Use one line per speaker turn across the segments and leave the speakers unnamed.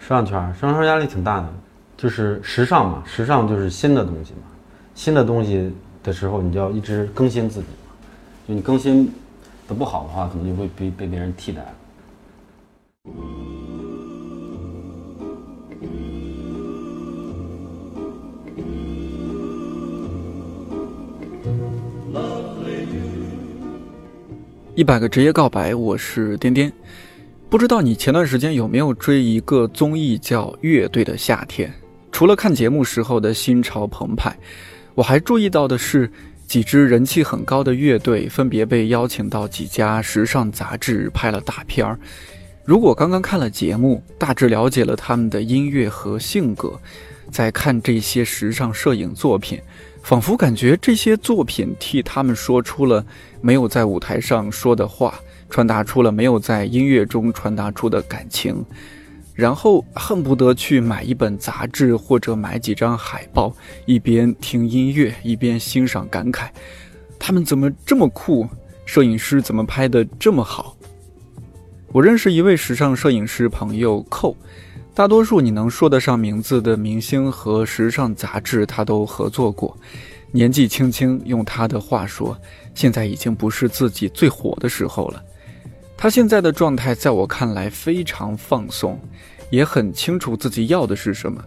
时尚圈儿，时尚圈儿压力挺大的，就是时尚嘛，时尚就是新的东西嘛，新的东西的时候，你就要一直更新自己嘛，就你更新的不好的话，可能就会被被别人替代了。
一百个职业告白，我是颠颠。不知道你前段时间有没有追一个综艺叫《乐队的夏天》？除了看节目时候的心潮澎湃，我还注意到的是，几支人气很高的乐队分别被邀请到几家时尚杂志拍了大片儿。如果刚刚看了节目，大致了解了他们的音乐和性格，再看这些时尚摄影作品，仿佛感觉这些作品替他们说出了没有在舞台上说的话，传达出了没有在音乐中传达出的感情，然后恨不得去买一本杂志或者买几张海报，一边听音乐一边欣赏感慨，他们怎么这么酷？摄影师怎么拍的这么好？我认识一位时尚摄影师朋友寇，大多数你能说得上名字的明星和时尚杂志，他都合作过。年纪轻轻，用他的话说，现在已经不是自己最火的时候了。他现在的状态，在我看来非常放松，也很清楚自己要的是什么。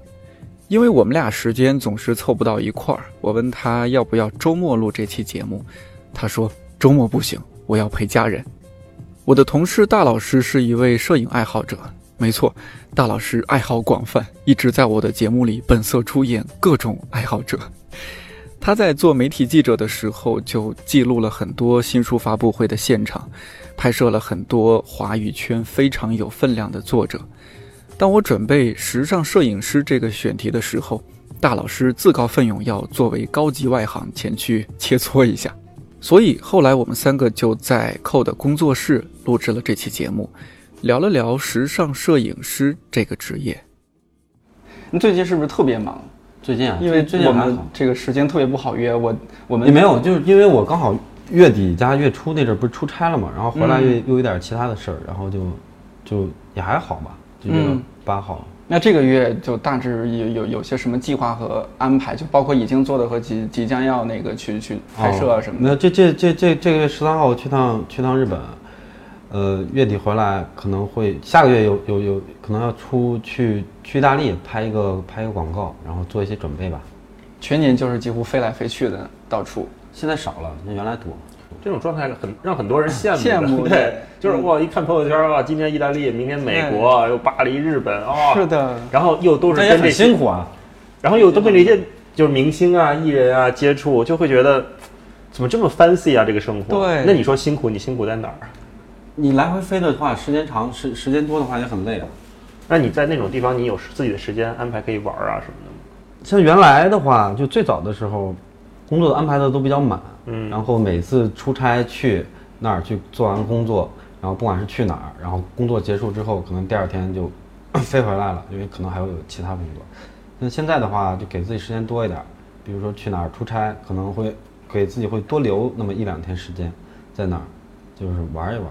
因为我们俩时间总是凑不到一块儿，我问他要不要周末录这期节目，他说周末不行，我要陪家人。我的同事大老师是一位摄影爱好者，没错，大老师爱好广泛，一直在我的节目里本色出演各种爱好者。他在做媒体记者的时候，就记录了很多新书发布会的现场，拍摄了很多华语圈非常有分量的作者。当我准备“时尚摄影师”这个选题的时候，大老师自告奋勇要作为高级外行前去切磋一下。所以后来我们三个就在寇的工作室录制了这期节目，聊了聊时尚摄影师这个职业。
你最近是不是特别忙？
最近啊，
因为
最近
我
还
们
好，
这个时间特别不好约，我我
也
们
没有，就是因为我刚好月底加月初那阵儿不是出差了嘛，然后回来又、
嗯
又有点其他的事儿，然后就就也还好吧，就觉得
嗯
八号。
那这个月就大致有有有些什么计划和安排，就包括已经做的和即即将要那个去去拍摄啊什么的。
哦那这这这这这个月十三号我去趟去趟日本，呃，月底回来可能会下个月有有有可能要出去去意大利拍一个拍一个广告，然后做一些准备吧。
全年就是几乎飞来飞去的到处。
现在少了，那原来多。
这种状态很让很多人羡慕的，
羡 慕
对
对，
就是哇，一看朋友圈哇，今天意大利，明天美国，又巴黎、日本
哦
啊，
是，的，
然后又都是
但也
跟这
很辛
些，
苦啊。
然后又都跟这些就是明星啊、艺人啊接触，就会觉得怎么这么 fancy 啊这个生活？
对
那你说辛苦，你辛苦在哪儿？
你来回飞的话，时间长时时间多的话也很累啊。
那你在那种地方，你有自己的时间安排可以玩啊什么的吗？
像原来的话，就最早的时候，工作安排的都比较满，
嗯
然后每次出差去那儿去做完工作，然后不管是去哪儿，然后工作结束之后，可能第二天就 飞回来了，因为可能还会有其他工作。那现在的话，就给自己时间多一点儿，比如说去哪儿出差，可能会给自己会多留那么一两天时间在那儿，就是玩一玩嘛。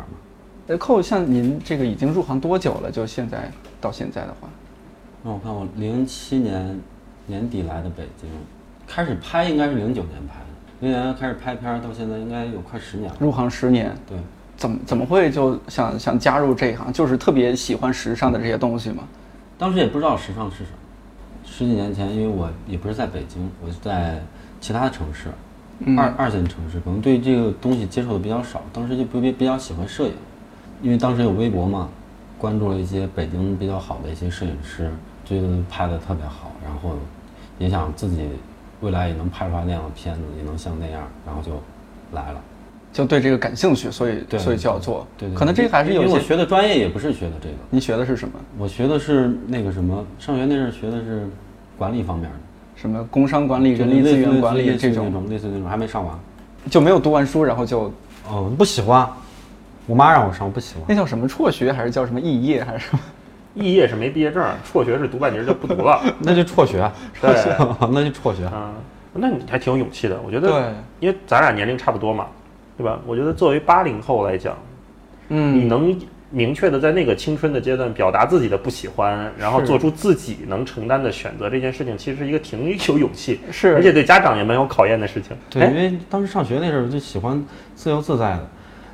呃，寇，像您这个已经入行多久了？就现在到现在的话，
那我看我零七年年底来的北京，开始拍应该是零九年拍的，零九年开始拍片儿到现在应该有快十年了。
嗯
入行十年，
对，
怎么怎么会就想想加入这一行？就是特别喜欢时尚的这些东西吗？
当时也不知道时尚是什么。十几年前，因为我也不是在北京，我是在其他的城市，
嗯
二二线城市，可能对这个东西接触的比较少。当时就比比比较喜欢摄影，因为当时有微博嘛，关注了一些北京比较好的一些摄影师，觉得拍的特别好，然后也想自己未来也能拍出来那样的片子，也能像那样，然后就来了。
就对这个感兴趣，所以
对
所以就要做。
对对，
可能这个还是
因
有
为
一
我
些。
学的专业也不是学的这个，
您学的是什么？
我学的是那个什么，上学那阵儿学的是管理方面的。
什么工商管理、人力资源管理这种，
种，类似于那种还没上完。
就没有读完书，然后就
哦，不喜欢，我妈让我上，不喜欢。
那叫什么辍学，还是叫什么肄业，还是什么？
肄业是没毕业证，辍学是读半截就不读了。
那就辍学，啊
对
那就辍学。
啊，那你还挺有勇气的。我觉
对
得，因为咱俩年龄差不多嘛，对吧？我觉得作为八零后来讲，
嗯
你能明确的在那个青春的阶段表达自己的不喜欢，然后
是
做出自己能承担的选择，这件事情其实是一个挺有勇气，
是
而且对家长也蛮有考验的事情。
对，
哎
因为当时上学那阵儿就喜欢自由自在的，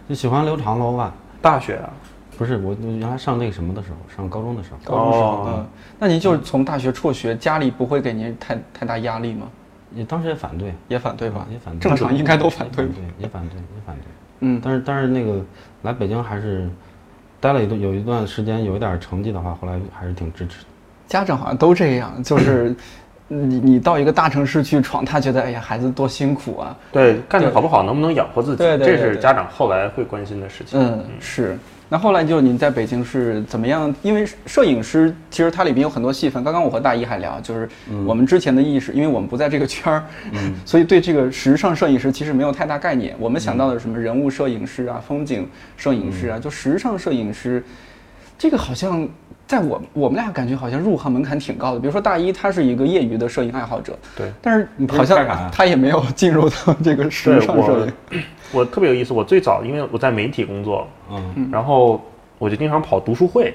就喜欢留长头发。
大学啊，
不是我我原来上那个什么的时候，上高中的时候，
高中时候，
哦
嗯，那您就是从大学辍学，家里不会给您太太大压力吗？
也当时也反对，
也反对吧？
也反对，
正常应该都反对
也
吧
反？对，也反对，也反对。
嗯，
但是但是那个来北京还是待了一段有一段时间，有一点成绩的话，后来还是挺支持的。
家长好像都这样，就是你你到一个大城市去闯，他觉得哎呀孩子多辛苦啊。
对，干得好不好，能不能养活自己，
对对对
这是
对
家长后来会关心的事情。
嗯，是。那后来就您在北京是怎么样？因为摄影师其实它里面有很多细分。刚刚我和大一还聊，就是我们之前的意识，因为我们不在这个圈儿， 所以对这个时尚摄影师其实没有太大概念。我们想到的什么人物摄影师啊、风景摄影师啊，就时尚摄影师，这个好像在我我们俩感觉好像入行门槛挺高的。比如说大一，他是一个业余的摄影爱好者，
对，
但是
你不是
好像
干啥呀
他也没有进入到这个时
对
尚摄
我
影。，
我特别有意思。我最早因为我在媒体工作，
嗯，
然后我就经常跑读书会，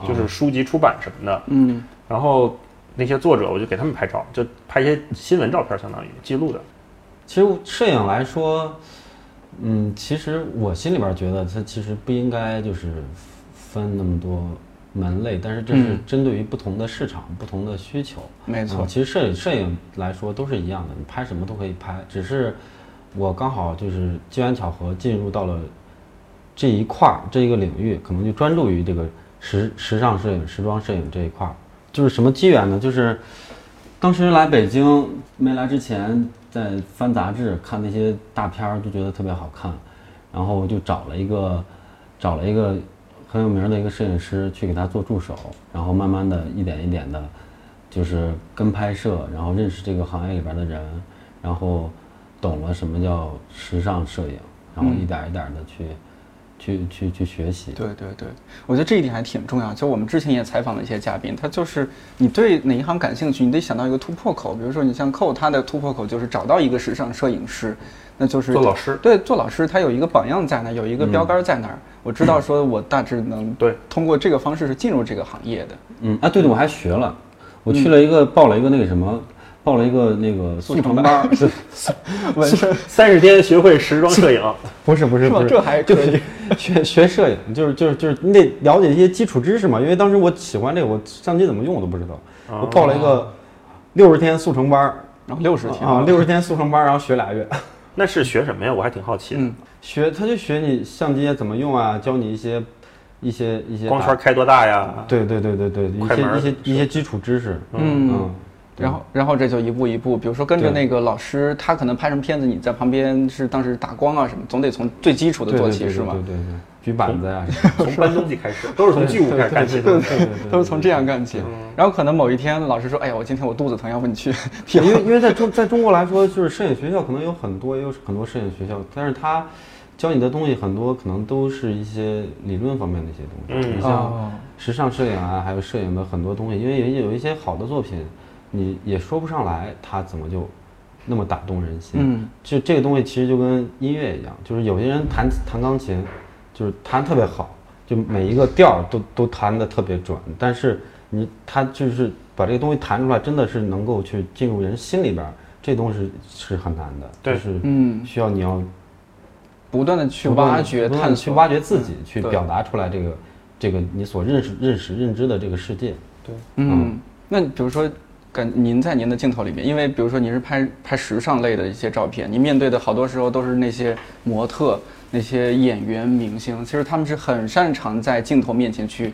哦
就是书籍出版什么的。
嗯，
然后那些作者，我就给他们拍照，就拍一些新闻照片，相当于记录的。
其实摄影来说，嗯，其实我心里边觉得它其实不应该就是分那么多门类，但是这是
嗯
针对于不同的市场、不同的需求。
没错
嗯。其实摄影摄影来说都是一样的，你拍什么都可以拍，只是我刚好就是机缘巧合进入到了这一块儿这一个领域，可能就专注于这个时时尚摄影、时装摄影这一块儿。就是什么机缘呢？就是当时来北京没来之前，在翻杂志看那些大片儿，就觉得特别好看，然后就找了一个找了一个很有名的一个摄影师去给他做助手，然后慢慢的一点一点的，就是跟拍摄，然后认识这个行业里边的人，然后懂了什么叫时尚摄影，然后一点一点的去、去去去学习。
对对对，我觉得这一点还挺重要。就我们之前也采访了一些嘉宾，他就是你对哪一行感兴趣，你得想到一个突破口。比如说，你像寇，他的突破口就是找到一个时尚摄影师，那就是
做老师
对，做老师他有一个榜样在那儿，有一
嗯
个标杆在那儿。我知 道，说我大致能
对
通过这个方式是进入这个行业的。
嗯啊，对对，我还学了，我去了一个报了一个那个什么，报了一个那个速成班儿，对
纹身
三十天学会时装摄影，
不是不是
是吧
不是，
这还
就
可以
是学学摄影，就是就是就是你得了解一些基础知识嘛，因为当时我喜欢这个，我相机怎么用我都不知道，
哦
我报了一个六十天速成班儿
然后六十天
啊，六十天速成班儿，然后学俩月。
那是学什么呀？我还挺好奇的。
嗯
学，他就学你相机怎么用啊，教你一些一些一些
光
打
圈，开多大呀？
对对对对对，一
快门
些
儿
一些一些基础知识，
嗯。然后，然后这就一步一步，比如说跟着那个老师，他可能拍什么片子，你在旁边是当时打光啊什么，总得从最基础
对
的做
对
起，
对
是吗？
对对对，举板子啊 呀什么
从搬东西开始，都是从巨物开始干起的。
的，对对对
都是从这样干起。然后可能某一天老师说：“哎呀，我今天我肚子疼，要不你去体
因为因为在中在中国来说，就是摄影学校可能有很多，也有很多摄影学校，但是他教你的东西很多，可能都是一些理论方面的一些东西。
嗯
你
哦
像时尚摄影啊，还有摄影的很多东西，因为有一些有一些好的作品，你也说不上来它怎么就那么打动人心。
嗯，
就这个东西其实就跟音乐一样，就是有些人弹弹钢琴，就是弹特别好，就每一个调儿都都弹得特别准，但是你他就是把这个东西弹出来，真的是能够去进入人心里边儿，这东西是是很难的，
对
就是
嗯
需要你要
不断的去
不断地
挖掘、
不断地
探
去
索。嗯
挖掘自己，去
对
表达出来这个这个你所认识、认识、认知的这个世界。
对，”
嗯，那比如说，感您在您的镜头里面，因为比如说您是拍拍时尚类的一些照片，您面对的好多时候都是那些模特、那些演员、明星，其实他们是很擅长在镜头面前去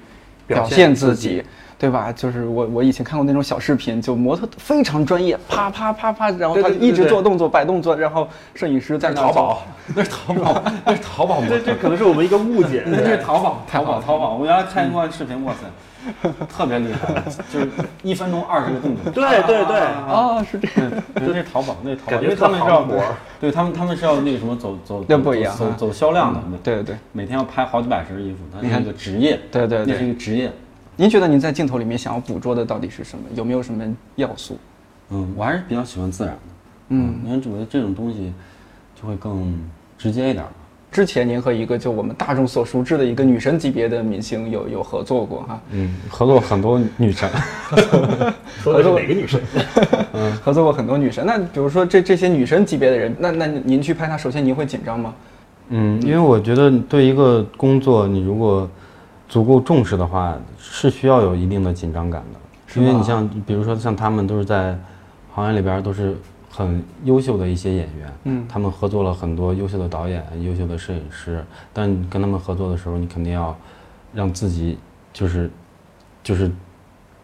表
表
现
现自己。对吧？就是我，我以前看过那种小视频，就模特非常专业，啪啪啪啪，然后
对
他
对对
一直
对
做动作、摆动作，然后摄影师在那儿
淘宝，
那是淘宝， 那是淘宝模
这这可能是我们一个误解。
那是淘宝，淘宝，嗯淘宝。我原来看过视频，哇 塞，特别厉害，就是一分钟二十个动作。
对对 对，
啊，是这样。
对，那是淘宝，那是淘宝，
感觉
因为他们是要
特行活，
对他们他们是要那个什么走走，
那不一样
走
啊
走走销量的，
对对对。
每天要拍好几百身衣服，它是一个职业，
对对对
那是一个职业。
您觉得您在镜头里面想要捕捉的到底是什么？有没有什么要素？
嗯，我还是比较喜欢自然的，
嗯，
因为我觉得这种东西就会更直接一点吧。
之前您和一个就我们大众所熟知的一个女神级别的明星有有合作过哈、
嗯，合作很多女神，
说的是哪个女生？
合作过很多女神。那比如说这这些女神级别的人，那那您去拍她，首先您会紧张吗？
嗯，因为我觉得对一个工作，你如果足够重视的话，是需要有一定的紧张感的。
是
因为你
吧
像，比如说像他们都是在行业里边儿都是很优秀的一些演员，
嗯
他们合作了很多优秀的导演、优秀的摄影师，但你跟他们合作的时候，你肯定要让自己就是就是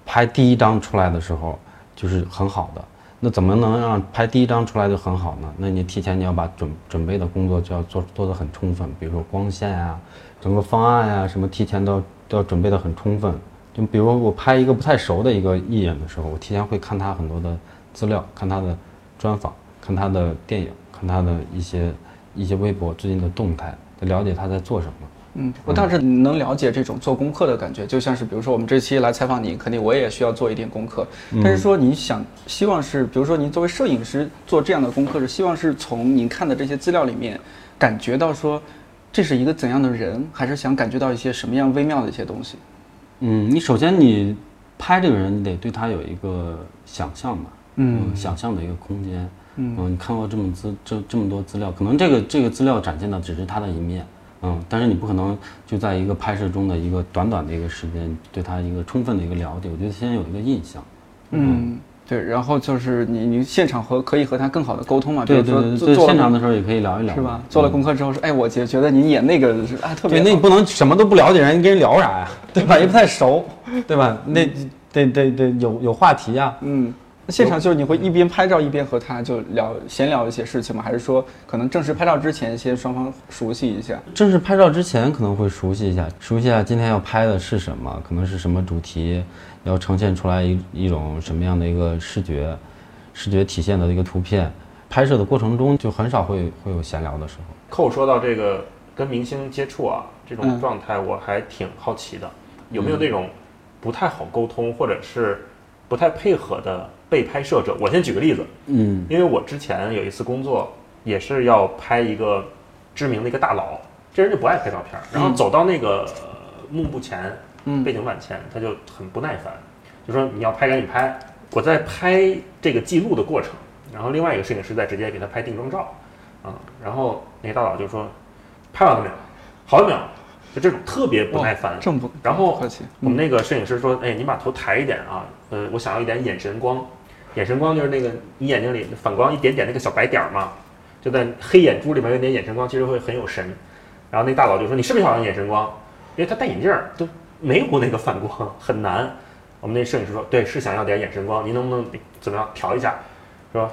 拍第一张出来的时候就是很好的。那怎么能让拍第一张出来就很好呢？那你提前你要把准准备的工作就要做做得很充分，比如说光线啊、整个方案啊什么，提前都要都要准备得很充分。就比如我拍一个不太熟的一个艺人的时候，我提前会看他很多的资料，看他的专访，看他的电影，看他的一些一些微博最近的动态，就了解他在做什么。
嗯，我大致能了解这种做功课的感觉，就像是比如说我们这期来采访你，肯定我也需要做一点功课。
嗯
但是说你想希望是，比如说您作为摄影师做这样的功课，是希望是从您看的这些资料里面感觉到说这是一个怎样的人，还是想感觉到一些什么样微妙的一些东西？
嗯，你首先你拍这个人，你得对他有一个想象吧，
嗯
想象的一个空间，
嗯
你看过这么资这这么多资料，可能这个这个资料展现的只是他的一面，嗯，但是你不可能就在一个拍摄中的一个短短的一个时间，对他一个充分的一个了解，我觉得先有一个印象，
嗯，对。然后就是你你现场和可以和他更好的沟通嘛，
对
啊比
对
如
对
说
对，
做做
对现
了
场的时候也可以聊一嗯聊，
是吧？做了功课之后说，哎，我姐觉得您演那个是啊特别
对，那你
好
不能什么都不了解人，你跟人聊啥呀？对吧？也不太熟，对吧？那得得得有有话题啊呀、
嗯，那现场就是你会一边拍照一边和他就聊闲聊一些事情吗？还是说可能正式拍照之前先双方熟悉一下？
正式拍照之前可能会熟悉一下，熟悉一下今天要拍的是什么，可能是什么主题，要呈现出来一一种什么样的一个视觉，视觉体现的一个图片。拍摄的过程中就很少会会有闲聊的时候。
扣说到这个跟明星接触啊，这种
嗯
状态我还挺好奇的，有没有那种不太好沟通或者是不太配合的被拍摄者？我先举个例子，
嗯
因为我之前有一次工作也是要拍一个知名的一个大佬，这人就不爱拍照片儿，然后走到那个呃幕布前、
嗯
背景板前，他就很不耐烦，就说你要拍赶紧拍。我在拍这个记录的过程，然后另外一个摄影师在直接给他拍定妆照，啊、然后那个大佬就说拍完了没有？好了没有？就这种特别不耐烦，
正不，
然后
客气，
我们那个摄影师说：“哎，你把头抬一点啊，呃，我想要一点眼神光，眼神光就是那个你眼睛里反光一点点那个小白点儿嘛，就在黑眼珠里面有点眼神光，其实会很有神。”然后那大佬就说：“你是不是想要眼神光？因为他戴眼镜儿都没有那个反光，很难。”我们那摄影师说：“对，是想要点眼神光，您能不能怎么样调一下？”说：“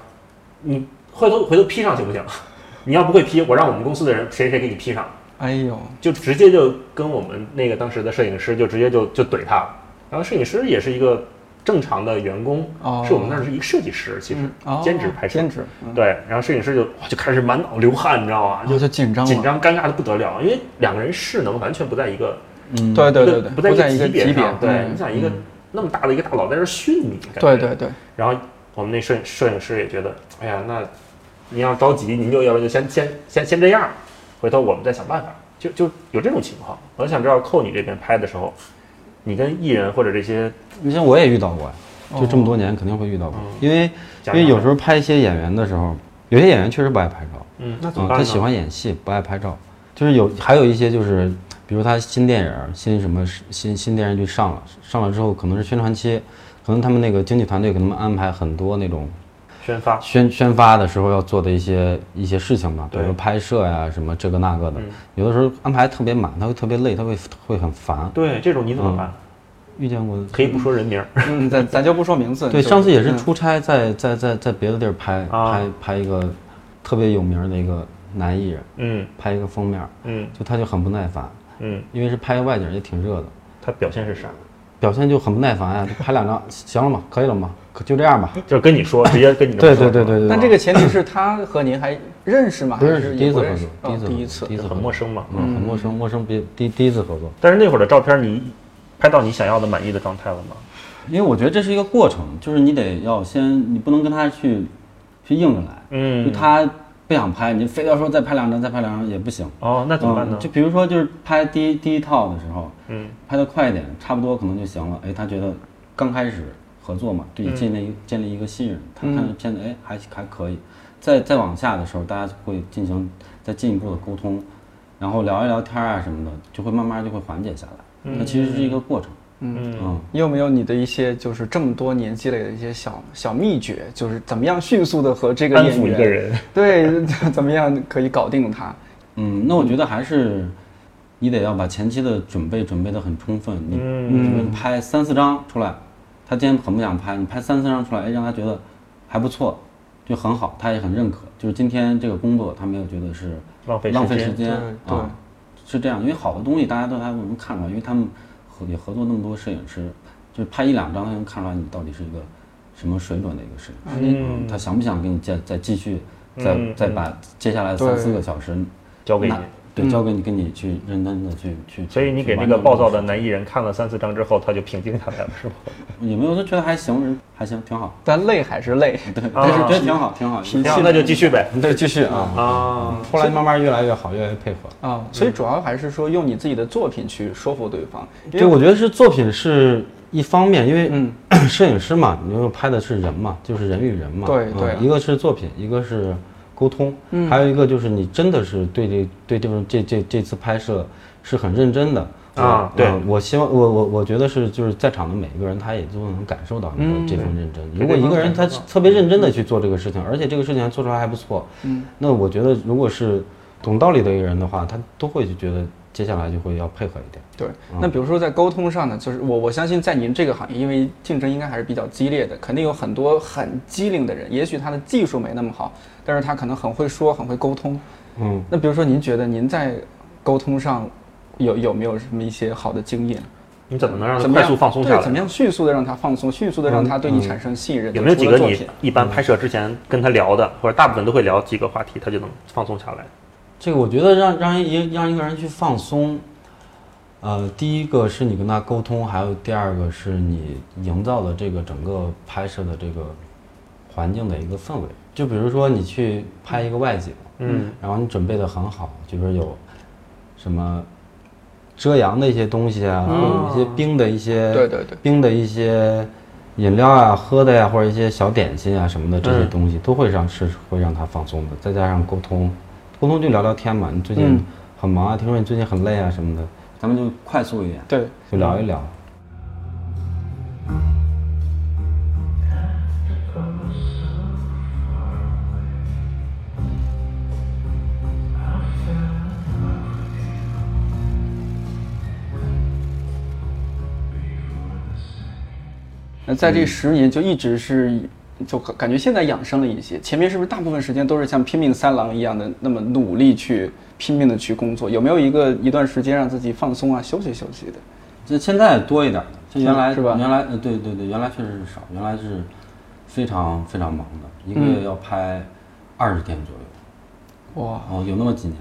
你回头回头 P 上行不行？你要不会 P，我让我们公司的人谁谁给你 P 上。”
哎呦，
就直接就跟我们那个当时的摄影师就直接就就怼他，然后摄影师也是一个正常的员工，
哦
是我们那儿是一个设计师，其实、
嗯哦
兼职拍摄，
兼职，嗯，哦
对，然后摄影师就哇就开始满脑流汗，你知道吗？
然后就紧张
紧
了，
张尴尬的不得了，因为两个人势能完全不在一个
嗯，
对对
不
对对，
不在
一
个
个级
级
别
上，，对，
嗯
你想一个那么大的一个大佬在这儿训你，感觉
对对对，
然后我们那摄摄影师也觉得，哎呀，那您要着急，您就要不就先先先先这样，回头我们再想办法。就就有这种情况，我想知道寇你这边拍的时候，你跟艺人或者这些，
你像我也遇到过呀，就这么
哦
多年肯定会遇到过，
嗯
因为因
讲
为
讲
有时候拍一些演员的时候，有些演员确实不爱拍照，
嗯，那
啊，他喜欢演戏，不爱拍照。就是有还有一些就是，比如他新电影儿、新什么新新电视剧上了，上了之后可能是宣传期，可能他们那个经纪团队给他们安排很多那种
宣发，
宣宣发的时候要做的一些一些事情嘛，比如说
对嗯
拍摄呀、什么这个那个的，有的时候安排特别满，他会特别累，他会会很烦。
对这种你怎么
嗯
办？
遇见过
可以不说人名儿，
嗯，咱咱就不说名字，
对，
就
上次也是
嗯
出差在，在在在别的地儿拍、
啊
拍拍一个特别有名儿的一个男艺人，
嗯
拍一个封面儿，
嗯
就他就很不耐烦，
嗯，
因为是拍个外景也挺热的，
他表现是 啥？
表现就很不耐烦呀、就拍两张，行了吧，可以了吗？可就这样吧。
就是跟你说，直接跟你这么
对
说
对对对对。
但这个前提是他和您还认识吗？
不认
还
识，
是
第一
也
次
不
合
认识
作，
哦
第
第
一
一
次
次
合作，第一次合
很
作
陌生嘛。
嗯，很陌生，陌生，别第第一次合作。
但是那会儿的照片你拍到你想要的满意的状态了吗？
因为我觉得这是一个过程，就是你得要先，你不能跟他去去硬着来，
嗯
就他
不想拍，你非要说再拍两张，再拍两张也不行。
哦，那怎么办呢
嗯？就比如说，就是拍第一第一套的时候，
嗯，
拍的快一点，差不多可能就行了。哎，他觉得刚开始合作嘛，
嗯
对你建立、建立一个信任，他看这片子，哎，还还可以。再再往下的时候，大家会进行再进一步的沟通，然后聊一聊天啊什么的，就会慢慢就会缓解下来。它其实是一个过程。
嗯，
嗯，
你有没有你的一些就是这么多年积累的一些小小秘诀，就是怎么样迅速的和这个
安
演
抚
员
一个人，
对， 怎么样可以搞定他？
嗯，那我觉得还是你得要把前期的准备准备的很充分。你
嗯
你拍三四张出来，他今天很不想拍，你拍三四张出来，哎，让他觉得还不错，就很好，他也很认可。就是今天这个工作，他没有觉得是
浪费
浪
时
费
间
时间
对
啊，是这样。因为好的东西大家都还能看出来，因为他们合也合作那么多摄影师，就是拍一两张，他能看出来你到底是一个什么水准的一个摄影师。
嗯
他想不想跟你再再继续再、
嗯
再
嗯
把接下来
对
三四个小时
交给你
那。对，交给你，跟你去认真的去去。
嗯所以你
去
给那
完
个
成
暴
这
躁
个
的男艺人看了三四章之后，他就平静下来了，是吗？
事，也没有，就觉得还行，还行，挺好。
但累还是累，
对，但是觉得挺好，挺好。
脾
那
气
啊 那就继续呗。
对，继续啊。
啊，
后来慢慢越来越好，越来越配合。
啊，
嗯
所以主要还是说用你自己的作品去说服对方，因
嗯
对，
为
我觉得是作品是一方面，因为
嗯
摄影师嘛，你就拍的是人嘛，就是人与人嘛。
对
嗯
啊
对
一个是作品，一个是沟通，
嗯
还有一个就是你真的是对这对这这这这次拍摄是很认真的。
啊
嗯
对
嗯我希望我我我觉得是就是在场的每一个人，他也都能感受到你的
嗯
这份认真。如果一个人他特别认真的去做这个事情，而且这个事情还做出来还不错，
嗯，
那我觉得如果是懂道理的一个人的话，他都会就觉得接下来就会要配合一点。
对，
嗯
那比如说在沟通上呢，就是我我相信在您这个行业，因为竞争应该还是比较激烈的，肯定有很多很机灵的人，也许他的技术没那么好，但是他可能很会说，很会沟通。
嗯，
那比如说您觉得您在沟通上有有没有什么一些好的经验？
你怎么能让他
怎么
快
样
速放松下
对，怎么
来？嗯
样迅速的让他放松，迅速的让他对你产生信任？
有没有
除
几
了
个
作
你
品
一般拍摄之前跟他聊的，或者大部分都会聊几个话题，他就能放松下来？
这个我觉得让让一让一个人去放松，呃，第一个是你跟他沟通，还有第二个是你营造的这个整个拍摄的这个环境的一个氛围。就比如说你去拍一个外景，
嗯
然后你准备的很好，就是有什么遮阳的一些东西啊，
嗯
有一些冰的一些
对对对
冰的一些饮料啊、喝的呀、或者一些小点心啊什么的这些
嗯
东西，都会让是会让他放松的。再加上沟通，沟通就聊聊天嘛，你最近
嗯
很忙啊，听说你最近很累啊什么的，
咱们就快速一点。
对，
就聊一聊。
那在这十年就一直是，就感觉现在养生了一些。前面是不是大部分时间都是像拼命三郎一样的那么努力去拼命的去工作？有没有一个一段时间让自己放松啊、休息休息的？
这现在多一点的，这原来
是吧
原来呃，对对对，原来确实是少，原来是非常非常忙的，一个
嗯
月要拍二十天左右，
哇，
嗯
哦，有那么几年，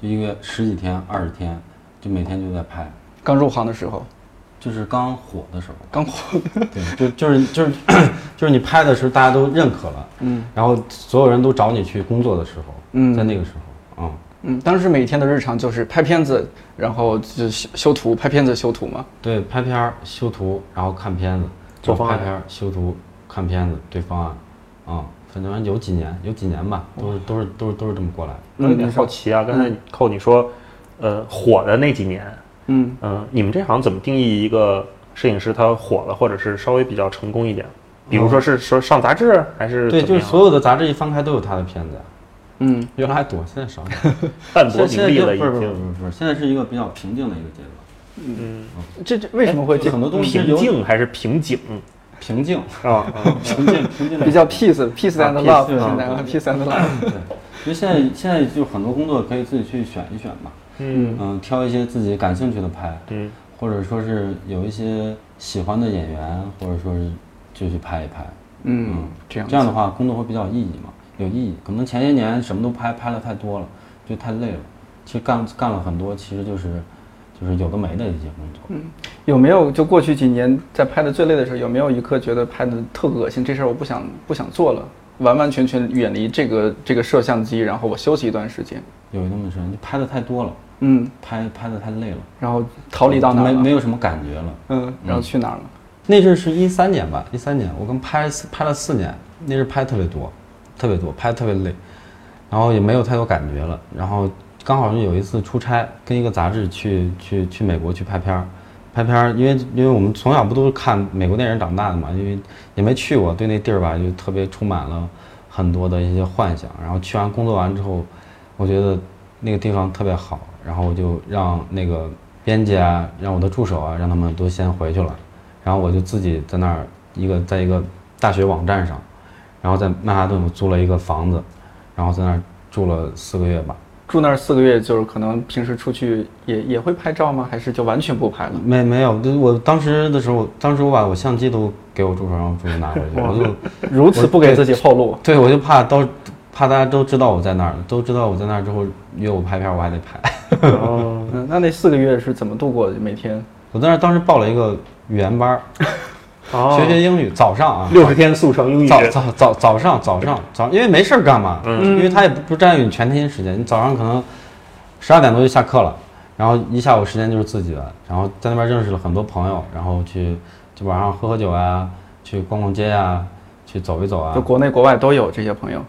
就一个月十几天、二十天，就每天就在拍，
刚入行的时候，
就是刚火的时候。
刚火，
对，就就是就是就是你拍的时候大家都认可了，
嗯
然后所有人都找你去工作的时候，
嗯
在那个时候，嗯，
嗯，当时每天的日常就是拍片子，然后就修修图，拍片子修图嘛。
对，拍片儿、修图，然后看片子，
做方案
然后拍片儿、修图、看片子、对方案，啊、反正有几年，有几年吧，都是都是都是都是这么过来的。
我有点好奇啊，刚才寇你说，呃，火的那几年，
嗯，
嗯，你们这行怎么定义一个摄影师他火了，或者是稍微比较成功一点？比如说是说上杂志，还是
对，
怎
就
么
是
样啊
所有的杂志一翻开都有他的片子呀，
嗯，
原来还多，现在少点。
淡
现在
泊
现
名
在
利
就
了已
不是不是
经，
不是不是，现在是一个比较平静的一个阶段。
嗯，
这这为什么会
就
哎
这
很多东西是
平
由
静还是瓶颈
平 静，
啊？啊
平静，平静的
比较 peace peace and
啊
love？
peace，
现在
啊
peace and love。
对，因为现在现在就很多工作可以自己去选一选嘛，
嗯
嗯，挑一些自己感兴趣的拍，
嗯
或者说是有一些喜欢的演员，或者说是就去拍一拍，
嗯，这样
这样的话工作会比较有意义嘛，有意义。可能前些年什么都拍，拍的太多了，就太累了，其实干干了很多，其实就是就是有的没的一些工作，
有没有就过去几年在拍的最累的时候，有没有一刻觉得拍的特恶心，这事儿我不想不想做了，完完全全远离这个这个摄像机，然后我休息一段时间，
有那么时间，就拍的太多了，
嗯，
拍拍的太累了，
然后逃离到哪儿
没
了
没有什么感觉了。
嗯，然后去哪儿了？
那阵是一三年吧，一三年我跟拍四拍了四年，那阵拍特别多，特别多，拍得特别累，然后也没有太多感觉了。然后刚好是有一次出差，跟一个杂志去去去美国去拍片儿，拍片儿，因为因为我们从小不都是看美国电影长大的嘛，因为也没去过，对那地儿吧就特别充满了很多的一些幻想。然后去完工作完之后，我觉得那个地方特别好，然后我就让那个编辑啊，让我的助手啊，让他们都先回去了。然后我就自己在那儿一个在一个大学网站上，然后在曼哈顿我租了一个房子，然后在那儿住了四个月吧。
住那儿四个月，就是可能平时出去也也会拍照吗？还是就完全不拍了？
没没有，就是我当时的时候，当时我把我相机都给我助手，让我助手拿回去，我就
如此不给自己后路，
对我就怕到怕大家都知道我在那儿，都知道我在那儿之后约我拍片儿，我还得拍。
哦，
嗯，那那四个月是怎么度过的？每天
我在那儿当时报了一个语言班儿，学学英语，早上啊，
六十天速成英语，
早早早早上早上早，因为没事儿干嘛，
嗯
因为他也不不占用你全天时间，你早上可能十二点多就下课了，然后一下午时间就是自己的，然后在那边认识了很多朋友，然后去就晚上喝喝酒啊，去逛逛街啊，去走一走啊
就，国内国外都有这些朋友。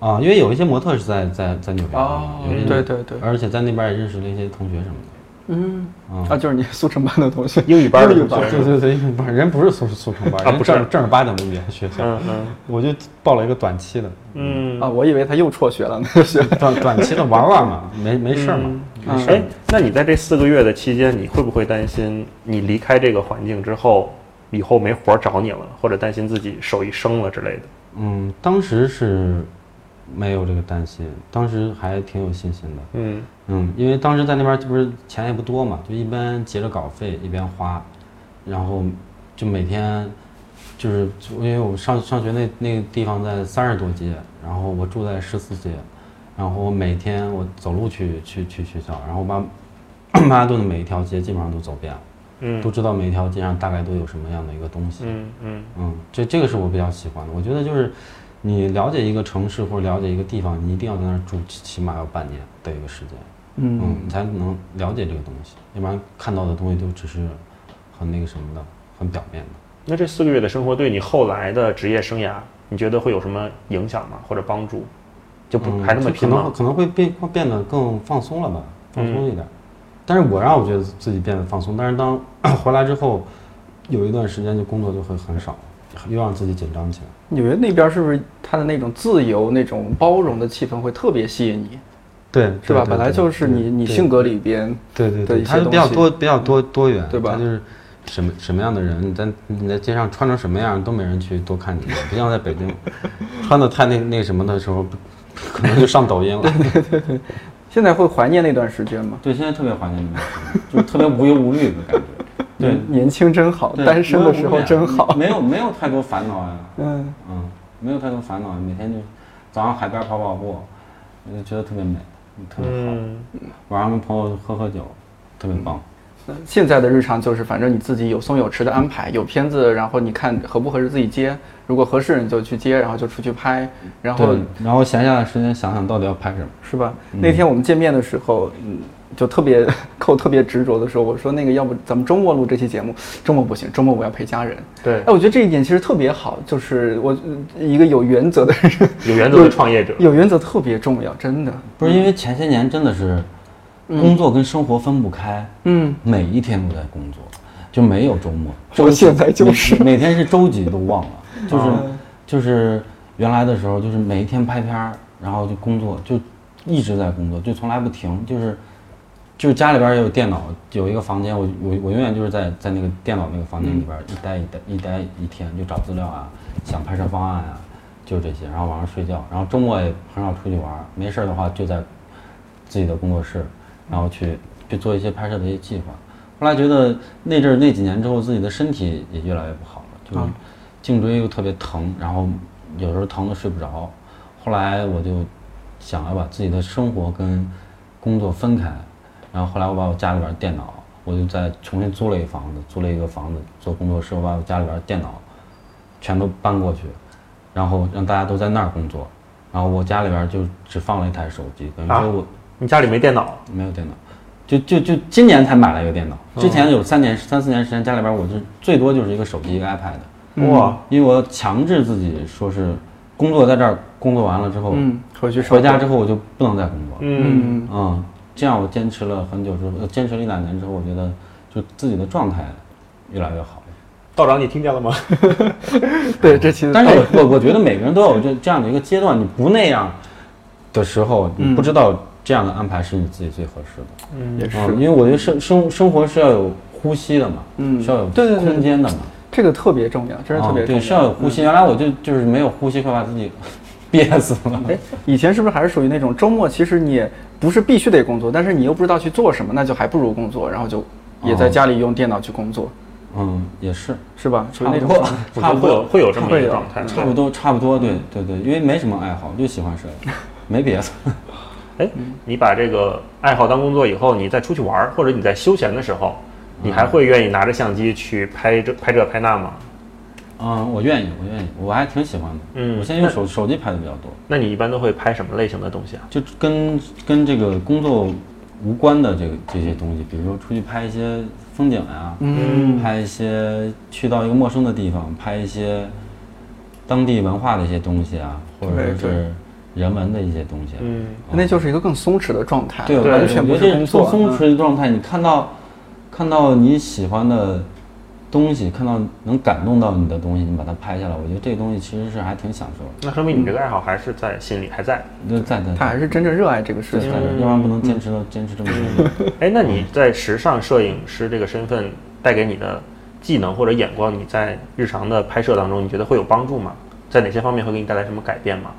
啊，因为有一些模特是在在在纽约的
哦
嘛，有一些
对对对，
而且在那边也认识了一些同学什么的。
嗯，
嗯
啊，就是你速成班的同学，
英语班的
英语
同学
对对对，因为不是人不是速速成班，
啊
人
不是
正正儿八经的语言学校，
嗯嗯
我就报了一个短期的，
嗯
啊，我以为他又辍学了，那就学
短短期的玩玩嘛，没没事儿嘛。
嗯哎，那你在这四个月的期间，你会不会担心你离开这个环境之后，以后没活儿找你了，或者担心自己手艺生了之类的？
嗯，当时是没有这个担心，当时还挺有信心的。
嗯
嗯，因为当时在那边儿这不是钱也不多嘛，就一边结着稿费一边花，然后就每天就是就因为我上上学那那个地方在三十多街，然后我住在十四街，然后我每天我走路去去去学校，然后 把曼哈顿的每一条街基本上都走遍了，
嗯
都知道每一条街上大概都有什么样的一个东西。
嗯嗯
嗯，这这个是我比较喜欢的。我觉得就是你了解一个城市或者了解一个地方，你一定要在那儿住，起起码要半年的一个时间，嗯，你才能了解这个东西，要不然看到的东西都只是很那个什么的，很表面的。
那这四个月的生活对你后来的职业生涯，你觉得会有什么影响吗？或者帮助？就不、
嗯
还那
就
么
可
拼
能会
吗？
可能会变会变得更放松了吧，放松
嗯
一点。但是我让我觉得自己变得放松，但是当 回来之后，有一段时间就工作就会很少，又让自己紧张起来。
纽约那边是不是他的那种自由、那种包容的气氛会特别吸引你，
对，
是吧？
对
本来就是你你性格里边，
对对
的
对，
一些
它就比
东
较
西
多比较多多元，
对吧
它就是什么什么样的人，你在你在街上穿成什么样都没人去多看你，不像在北京 穿的太那那什么的时候，可能就上抖音了。
现在会怀念那段时间吗？
对，现在特别怀念那种时间，就特别无忧无虑的感觉。对
嗯，年轻真好，
对
单身的时候真
无忧无虑啊
好。
没有没有太多烦恼呀、
嗯，
嗯，没有太多烦恼，啊每天就早上海边跑跑步，我就觉得特别美，特别好。
嗯，
晚上跟朋友喝喝酒，特别棒。
那现在的日常就是，反正你自己有松有弛的安排，有片子，然后你看合不合适自己接，如果合适你就去接，然后就出去拍，然后
对，嗯然后闲下来时间想想到底要拍什么。
是吧？那天我们见面的时候，嗯，就特别扣特别执着的说，我说那个要不咱们周末录这期节目，周末不行，周末我要陪家人。
对
哎，，我觉得这一点其实特别好，就是我呃一个有原则的人，
有原则的创业者。
有原则特别重要，真的。
不是因为前些年真的是工作跟生活分不开，
嗯，
每一天都在工作，就没有周末。
我现在就是啊
每每每天是周几都忘了，就是就是原来的时候，就是每一天拍片儿，然后就工作，就一直在工作，就从来不停，就是就是家里边儿也有电脑，有一个房间，我我我永远就是在在那个电脑那个房间里边儿一待一待一待一天，就找资料啊，想拍摄方案啊，就这些，然后晚上睡觉，然后周末也很少出去玩儿，没事儿的话就在自己的工作室，然后去去做一些拍摄的一些计划。后来觉得那阵儿那几年之后，自己的身体也越来越不好了，就是颈椎又特别疼，然后有时候疼的睡不着。后来我就想
哎
要把自己的生活跟工作分开，然后后来我把我家里边儿电脑，我就再重新租了一房子，租了一个房子做工作室，我把我家里边儿电脑全都搬过去，
然后让大家都在那儿工作。然后我家里边儿就只放了一台手机，等于
啊
说我
你家里没电脑，
没有电脑，就就就今年才买了一个电脑，之前有三年三四年时间家里边我就最多就是一个手机一个 iPad，
嗯
哇，
因为我要强制自己说是工作在这儿工作完了之后，
嗯，回去
哦回家之后我就不能再工作了，
嗯，
嗯
嗯，这样我坚持了很久之后，呃坚持了一两年之后，我觉得就自己的状态越来越好。
道长你听见了吗？
对，这其实
嗯但是我我我觉得每个人都有这这样的一个阶段，你不那样
嗯
的时候，你不知道这样的安排是你自己最合适的。
也是
嗯，因为我觉得生生生活是要有呼吸的嘛，
嗯
是要有
对对对
空间的嘛，
这个特别重要，嗯真是特
啊
别重
对，是要有呼吸。原来我就就是没有呼吸，快把自己 憋死了。
哎，以前是不是还是属于那种周末其实你也不是必须得工作，但是你又不知道去做什么，那就还不如工作，然后就也
哦
在家里用电脑去工作，
嗯，也是，
是吧？属于
差
那
不
种
多，
我
差
觉得
不
会有
多，
会有这么
会
一个
有
状态，
差不多，差不多，对对对，因为没什么爱好，就喜欢睡， 没别的。
哎，你把这个爱好当工作以后，你再出去玩儿，或者你在休闲的时候，你还会愿意拿着相机去拍这拍这拍那吗？
嗯，我愿意，我愿意，我还挺喜欢的。
嗯
我现在用手手机拍的比较多，
那你一般都会拍什么类型的东西啊？
就跟跟这个工作无关的这个这些东西，比如说出去拍一些风景呀、
嗯
拍一些去到一个陌生的地方，拍一些当地文化的一些东西啊，或者
对
说是人文的一些东西、啊。
嗯，
那就是一个更松弛的状态，
对，
对
完
完
全
全
不是
不是
工
工
作
作，
松
嗯
弛的状态。你看到看到你喜欢的东西，看到能感动到你的东西，你把它拍下来，我觉得这个东西其实是还挺享受的。
那说明你这个爱好还是在心里还在。
那在在
他还是真嗯正热爱这个事
对
情
在。这，要不然不能坚持到坚持这么多 年。
哎，那你在时尚摄影师这个身份带给你的技能或者眼光，你在日常的拍摄当中，你觉得会有帮助吗？在哪些方面会给你带来什么改变吗？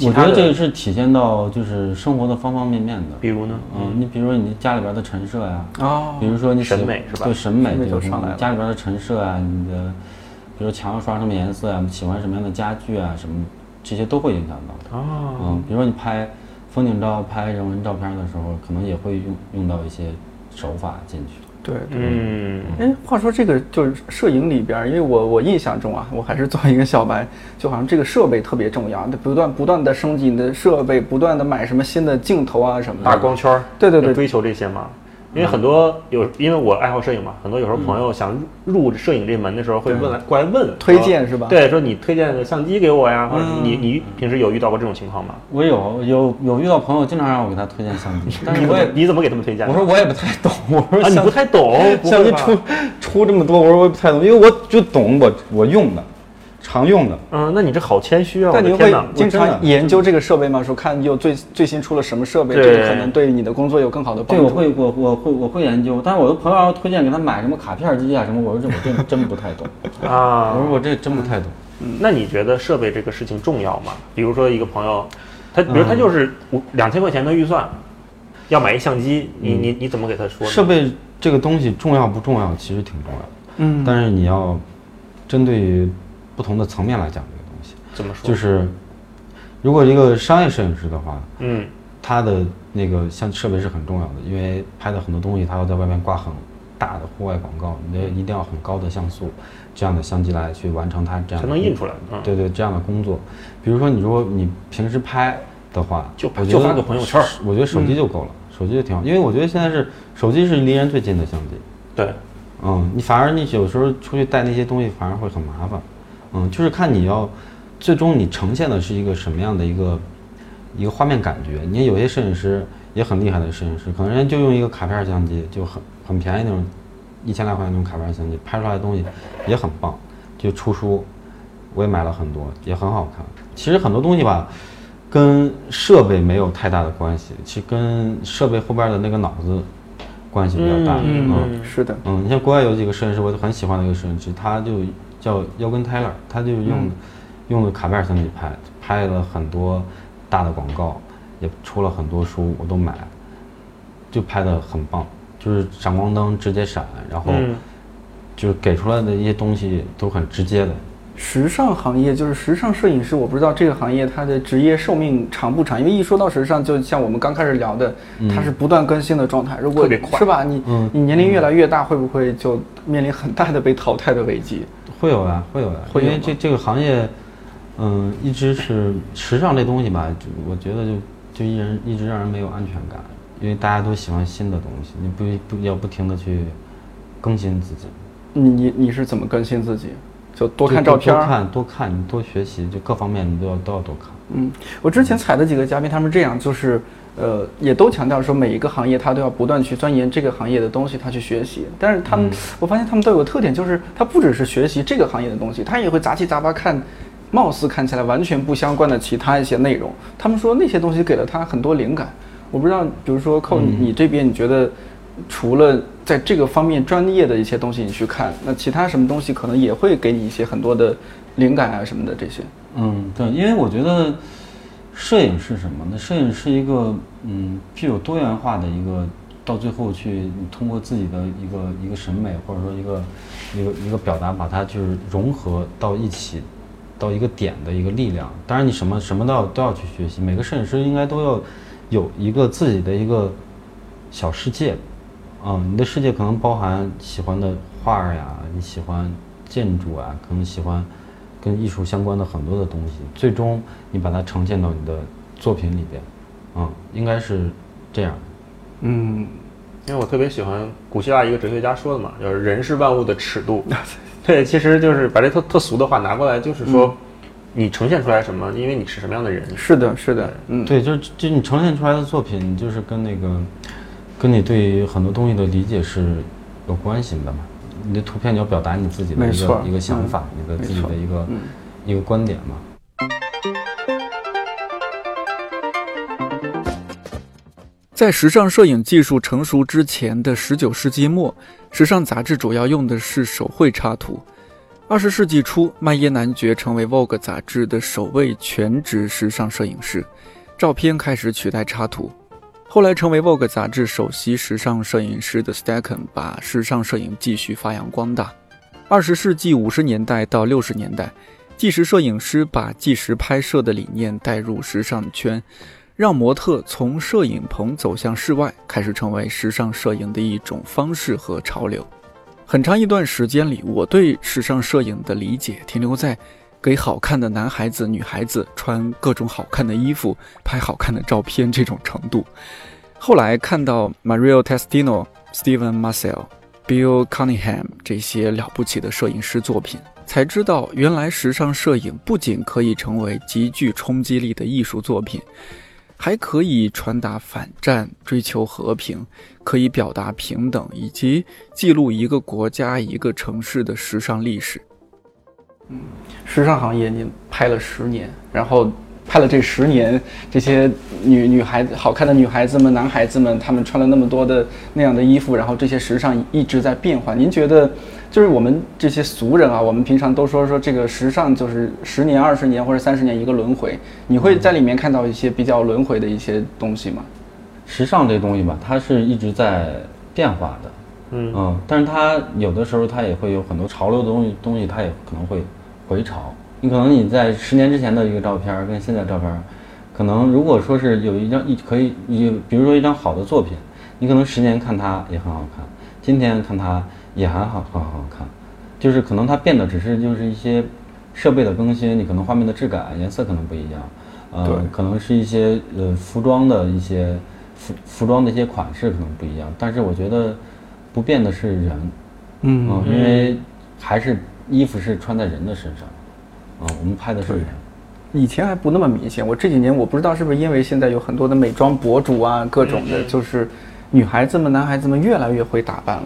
我
其他
觉
的
得这个是体现到就是生活的方方面面的。
比如呢？
嗯，你比如说你家里边的陈设呀，
哦
比，如说你喜
审美是吧
对审美这
审美
个
就
东西
上来了
家里边的陈设啊，你的比如墙上刷什么颜色啊，喜欢什么样的家具啊，什么这些都会影响到的。
哦，
嗯，比如说你拍风景照、拍人文照片的时候，可能也会用用到一些手法进去。
对。
嗯，
哎，话说这个就是摄影里边儿，因为我我印象中啊，我还是作为一个小白，就好像这个设备特别重要，得不断不断的升级你的设备，不断的买什么新的镜头啊什么的。
大光圈儿，
对对
要
对
追求这些嘛。因为很多有，因为我爱好摄影嘛，很多有时候朋友想入入摄影这门的时候，会问来过来问
推
说
荐是吧
对，说你推荐的相机给我呀，或者你你平时有遇到过这种情况吗？
我有有有遇到朋友经常让我给他推荐相 机，但
你
是
怎
我
么
也
你怎么给他们推荐的？
我说我也不太懂， 我说
啊，你
相
不太懂，不
相
会
机
吧
出出这么多，我说我也不太懂，因为我就懂我我用的，常用的。
嗯，那你这好谦虚啊！我
但你
的
会
天哪，
经
我
常
真的
研究这个设备吗？说看又最最新出了什么设备，
对
这个可能对你的工作有更好的帮
对，
助。
我会，我我会我会研究，但是我的朋友要推荐给他买什么卡片机啊什么，我说这我真真不太懂，我
啊嗯
说，我这真不太懂。
那你觉得设备这个事情重要吗？比如说一个朋友，他比如他就是五两千块钱的预算，要买一相机，你你你怎么给他说呢？
设备这个东西重要不重要，其实挺重要的，
嗯，
但是你要针对于不同的层面来讲这个东西，
怎么说？
就是如果一个商业摄影师的话，
嗯
他的那个像设备是很重要的，因为拍的很多东西，他要在外面挂很大的户外广告，你得
嗯
一定要很高的像素，这样的相机来去完成它这样的
才能印出来嗯
对对，这样的工作。比如说，你如果你平时拍的话，
就
我觉
就
得
发个朋友圈儿嗯
我觉得手机就够了，手机就挺好，因为我觉得现在是手机是离人最近的相机。
对，
嗯，你反而你有时候出去带那些东西反而会很麻烦，嗯，就是看你要最终你呈现的是一个什么样的一个一个画面感觉。你看有些摄影师也很厉害的摄影师，可能人家就用一个卡片相机，就很很便宜那种一千来块钱那种卡片相机，拍出来的东西也很棒，就出书，我也买了很多，也很好看。其实很多东西吧，跟设备没有太大的关系，其实跟设备后边的那个脑子关系比较大，
嗯
嗯
嗯，是的，
嗯，你像国外有几个摄影师，我很喜欢的一个摄影师，他就叫 y o g a n Taylor，他就用、用的卡片相机拍，拍了很多大的广告，也出了很多书，我都买，就拍的很棒，就是闪光灯直接闪，然后
嗯
就是给出来的一些东西都很直接的。
时尚行业就是时尚摄影师，我不知道这个行业它的职业寿命长不长，因为一说到时尚，就像我们刚开始聊的，它是不断更新的状态。如果
嗯特别快
是吧？你、
嗯
你年龄越来越大，会不会就面临很大的被淘汰的危机？
会有啊，会有啊，
会有
因为
吗
这这个行业，
嗯，一直是时尚这东西吧，就我觉得就就一人一直让人没有安全感，因为大家都喜欢新的东西，你不不要不停的去更新自己，
你你你是怎么更新自己？就多看
就
照片儿，啊
多看多看，多学习，就各方面你都要都要多看。
嗯，我之前采的几个嘉宾，他们这样就是，呃，也都强调说每一个行业他都要不断去钻研这个行业的东西，他去学习。但是他们，我发现他们都有个特点，就是他不只是学习这个行业的东西，他也会杂七杂八看，貌似看起来完全不相关的其他一些内容。他们说那些东西给了他很多灵感。我不知道，比如说寇，你这边你觉得，除了在这个方面专业的一些东西你去看，那其他什么东西可能也会给你一些很多的灵感啊什么的这些。
嗯，对，因为我觉得摄影是什么呢？摄影是一个嗯具有多元化的一个，到最后去你通过自己的一个一个审美或者说一个一个一个表达，把它就是融合到一起，到一个点的一个力量。当然，你什么什么都要都要去学习，每个摄影师应该都要有一个自己的一个小世界。嗯，你的世界可能包含喜欢的画儿呀，你喜欢建筑啊，可能喜欢跟艺术相关的很多的东西，最终你把它呈现到你的作品里边，嗯，应该是这样。
嗯，
因为我特别喜欢古希腊一个哲学家说的嘛，就是人是万物的尺度。对，其实就是把这特特俗的话拿过来，就是说，你呈现出来什么，因为你是什么样的人。
是的，是的，嗯，
对，就是就你呈现出来的作品，就是跟那个，跟你对于很多东西的理解是有关系的嘛。你的图片你要表达你自己的
没
一
错
个一个想法，
嗯
你的
没
自己
错
的一个、一个观点嘛。
在时尚摄影技术成熟之前的19世纪末，时尚杂志主要用的是手绘插图。20世纪初，曼耶男爵成为 Vogue 杂志的首位全职时尚摄影师，照片开始取代插图。后来成为 Vogue 杂志首席时尚摄影师的 Stacken 把时尚摄影继续发扬光大。20世纪50年代到60年代，纪实摄影师把纪实拍摄的理念带入时尚圈，让模特从摄影棚走向室外，开始成为时尚摄影的一种方式和潮流。很长一段时间里，我对时尚摄影的理解停留在给好看的男孩子、女孩子穿各种好看的衣服、拍好看的照片这种程度。后来看到 Mario Testino、Steven Marcel、Bill Cunningham 这些了不起的摄影师作品，才知道原来时尚摄影不仅可以成为极具冲击力的艺术作品，还可以传达反战、追求和平，可以表达平等，以及记录一个国家、一个城市的时尚历史。
嗯时尚行业你拍了十年，然后拍了这十年，这些女女孩子好看的女孩子们、男孩子们，他们穿了那么多的那样的衣服，然后这些时尚一直在变换。您觉得，就是我们这些俗人啊，我们平常都说说这个时尚就是十年、二十年或者三十年一个轮回，你会在里面看到一些比较轮回的一些东西吗？
时尚这东西吧，它是一直在变化的，
嗯
嗯，但是它有的时候它也会有很多潮流的东西，东西它也可能会回潮。你可能你在十年之前的一个照片儿跟现在照片儿，可能如果说是有一张一可以，你比如说一张好的作品，你可能十年看它也很好看，今天看它也还好很好看，就是可能它变的只是就是一些设备的更新，你可能画面的质感、颜色可能不一样，
对
呃，可能是一些呃服装的一些服服装的一些款式可能不一样，但是我觉得不变的是人，嗯，因为还是衣服是穿在人的身上，啊、我们拍的是人，
以前还不那么明显，我这几年我不知道是不是因为现在有很多的美妆博主啊，各种
嗯
的，就是女孩子们、男孩子们越来越会打扮了。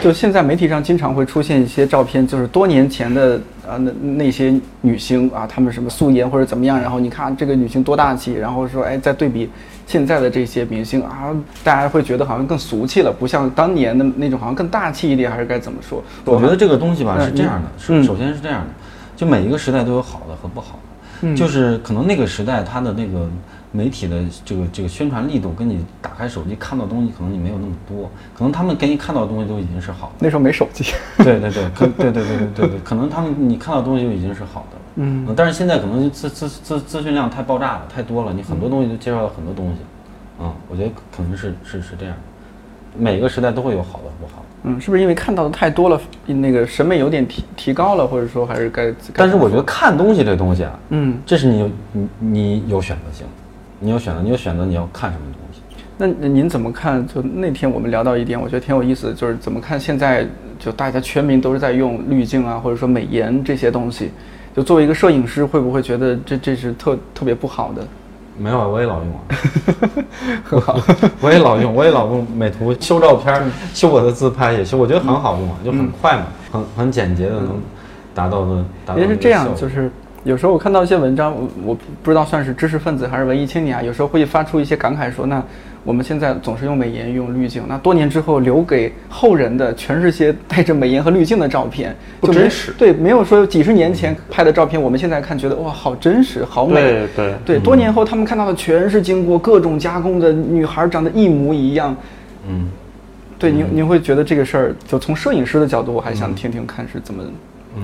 就现在媒体上经常会出现一些照片，就是多年前的啊那那些女星啊，她们什么素颜或者怎么
嗯
样，然后你看这个女星多大气，然后说哎再对比现在的这些明星啊，大家会觉得好像更俗气了，不像当年的那种好像更大气一点，还是该怎么说？
我觉得这个东西吧
嗯
是这样的，
嗯
是首先是这样的，就每一个时代都有好的和不好的，
嗯
就是可能那个时代它的那个媒体的这个这个宣传力度跟你打开手机看到东西可能你没有那么多，可能他们给你看到的东西都已经是好的。
那时候没手机，
对对对，可对对对对对对， 可能他们你看到的东西就已经是好的了。嗯，但是现在可能资资资资讯量太爆炸了，太多了，你很多东西就介绍了很嗯多东西。嗯，我觉得可能是是是这样的，每个时代都会有好的和不好的。
嗯，是不是因为看到的太多了，那个审美有点提提高了，或者说还是该？该
但是我觉得看东西这东西啊，
嗯，
这是你有你你有选择性，你有选择，你有选择你要看什么东西。
那那您怎么看？就那天我们聊到一点，我觉得挺有意思的，就是怎么看现在就大家全民都是在用滤镜啊，或者说美颜这些东西。就作为一个摄影师，会不会觉得这这是特特别不好的？
没有，我也老 用啊，很好， 我也老用，我也老用美图修照片儿，修我的自拍也修，我觉得很好用啊，就
嗯
很快嘛，很很简洁的能达到的达到的效果。
也嗯是这样，就是有时候我看到一些文章，我我不知道算是知识分子还是文艺青年啊，有时候会发出一些感慨说，那我们现在总是用美颜、用滤镜，那多年之后留给后人的全是些带着美颜和滤镜的照片，
不
就没
真实
对，没有说几十年前拍的照片，我们现在看觉得哇，好真实，好美。嗯
对对
对，
嗯
多年后他们看到的全是经过各种加工的女孩长得一模一样。
嗯，嗯
对，您您会觉得这个事儿，就从摄影师的角度，我还想听听看是怎么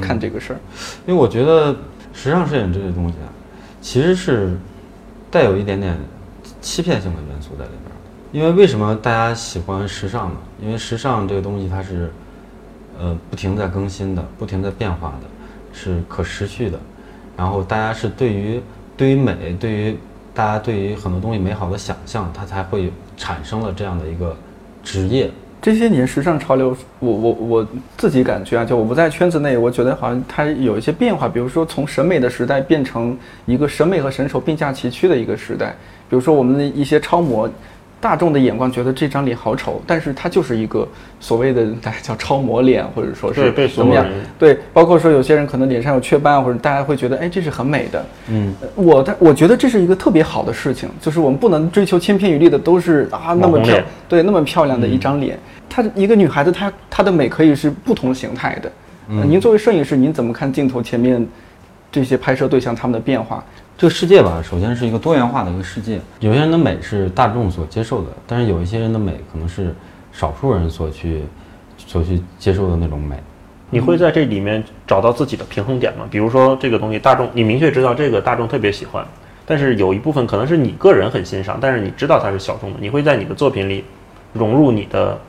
看这个事儿。
因为我觉得时尚摄影这些东西啊，其实是带有一点点欺骗性的元素在里边儿。因为为什么大家喜欢时尚呢？因为时尚这个东西它是呃不停在更新的，不停在变化的，是可持续的。然后大家是对于对于美，对于大家对于很多东西美好的想象，它才会产生了这样的一个职业。
这些年时尚潮流，我我我自己感觉啊，就我不在圈子内，我觉得好像它有一些变化，比如说从审美的时代变成一个审美和审丑并驾齐驱的一个时代。比如说我们的一些超模，大众的眼光觉得这张脸好丑，但是它就是一个所谓的大家叫超模脸，或者说
对
是
被所
怎么
有
样
人？
对，包括说有些人可能脸上有雀斑啊，或者大家会觉得哎这是很美的。嗯，我的我觉得这是一个特别好的事情，就是我们不能追求千篇一律的都是啊那么
网红
漂
脸嗯
对，那么漂亮的一张脸，她一个女孩子，她她的美可以是不同形态的。呃
嗯
您作为摄影师，您怎么看镜头前面这些拍摄对象他们的变化？
这个世界吧，首先是一个多元化的一个世界。有些人的美是大众所接受的，但是有一些人的美可能是少数人所去所去接受的那种美。
你会在这里面找到自己的平衡点吗？比如说这个东西，大众你明确知道这个大众特别喜欢，但是有一部分可能是你个人很欣赏，但是你知道它是小众的，你会在你的作品里融入你的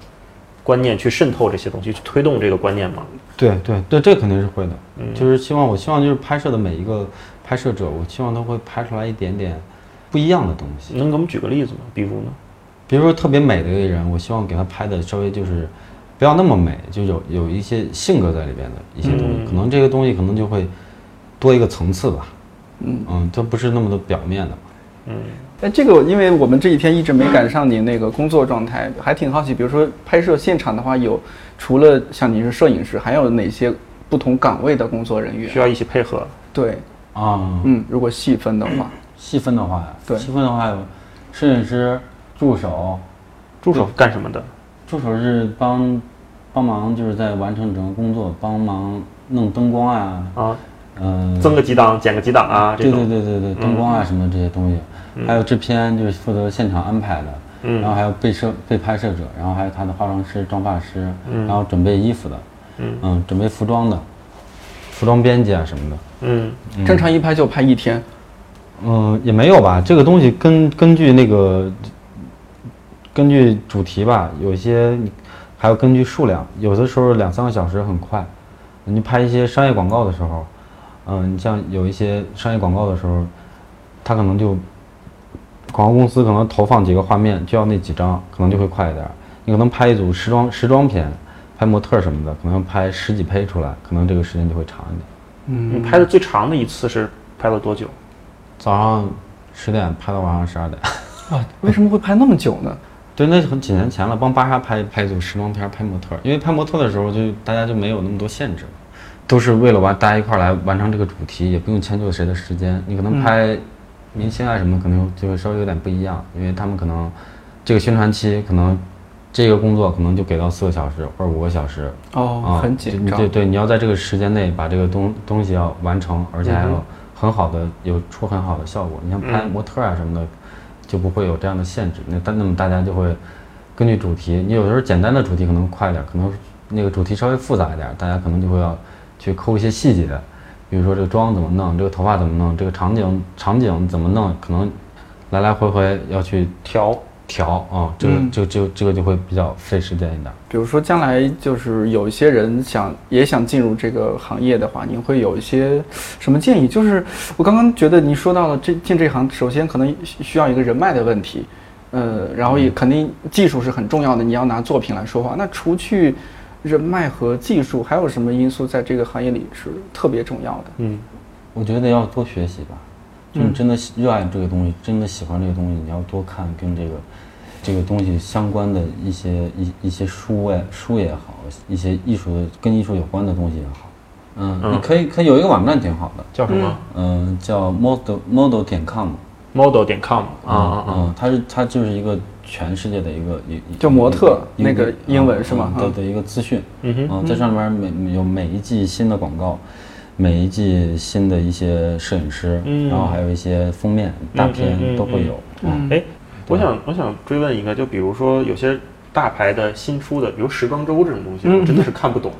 观念，去渗透这些东西，去推动这个观念吗？
对对对，这肯定是会的。就是希望我希望就是拍摄的每一个拍摄者，我希望他会拍出来一点点不一样的东西。
能给我们举个例子吗？比如呢？
比如说特别美的一个人，我希望给他拍的稍微就是不要那么美，就有有一些性格在里边的一些东西，
嗯
可能这个东西可能就会多一个层次吧。嗯嗯，它不是那么的表面的嘛。
嗯
哎，这个因为我们这几天一直没赶上您那个工作状态，还挺好奇。比如说拍摄现场的话，有除了像您是摄影师，还有哪些不同岗位的工作人员
需？要一起配合。
对，
啊，
嗯，如果细分的话，
细分的话呀，
对
细分的话有摄影师、助手，
助手干什么的？
助手是帮帮忙，就是在完成整个工作，帮忙弄灯光啊，
啊，
嗯、
增个几档，减个几档啊，这
对对
种。
对对对，灯光啊什么这些东西，还有制片就是负责现场安排的，
嗯
然后还有被摄被拍摄者，然后还有他的化妆师、妆发师，然后准备衣服的，
嗯
准备服装的，
服装编辑啊什么的。
嗯，
正常一拍就拍一天。
嗯，也没有吧。这个东西根根据那个根据主题吧，有一些还有根据数量，有的时候两三个小时很快。你拍一些商业广告的时候，嗯，你像有一些商业广告的时候，它可能就广告公司可能投放几个画面，就要那几张，可能就会快一点儿。你可能拍一组时装时装片，拍模特儿什么的，可能拍十几胚出来，可能这个时间就会长一点。
你拍的最长的一次是拍了多久？
早上十点拍到晚上十二点。
啊，为什么会拍那么久呢？
对，那很几年前了，帮芭莎拍拍一组时装片儿，拍模特儿。因为拍模特儿的时候就，大家就没有那么多限制了，都是为了完大家一块儿来完成这个主题，也不用迁就谁的时间。你可能拍明星啊什么的，可能就会稍微有点不一样，因为他们可能这个宣传期可能这个工作可能就给到四个小时或者五个小时，
哦
啊，
很
就
紧
你
张。
对对，你要在这个时间内把这个东东西要完成，而
嗯
且还要很好的有出很好的效果。你像拍模特啊什么的，就不会有这样的限制。那但那么大家就会根据主题，你有时候简单的主题可能快一点，可能那个主题稍微复杂一点，大家可能就会要去抠一些细节，比如说这个妆怎么弄，这个头发怎么弄，这个场景场景怎么弄，可能来来回回要去
调
调啊，这
嗯
个就就这个就会比较费时间一点。
比如说将来就是有一些人想也想进入这个行业的话，您会有一些什么建议？就是我刚刚觉得您说到了这进这行，首先可能需需要一个人脉的问题，呃，然后也肯定技术是很重要的，你要拿作品来说话。那除去人脉和技术，还有什么因素在这个行业里是特别重要的？
嗯，
我觉得要多学习吧，就你真的喜热爱这个东西，真的喜欢这个东西，你要多看跟这个这个东西相关的一些一一些书呀书也好，一些艺术的跟艺术有关的东西也好。嗯，
嗯
你可以可以有一个网站挺好的，
叫什么
嗯、叫 model model 点 com。
model 点 com 啊啊啊，
嗯，它是它就是一个全世界的一个一
就模特
一个
那个英文是吗
嗯的
嗯
的一个资讯，
嗯哼
在上面每有每一季新的广告，每一季新的一些摄影师，
嗯
然后还有一些封面大
嗯嗯嗯
片都会有，嗯
哎，我想我想追问一个，就比如说有些大牌的新出的，比如时装周这种东西，我真的是看不懂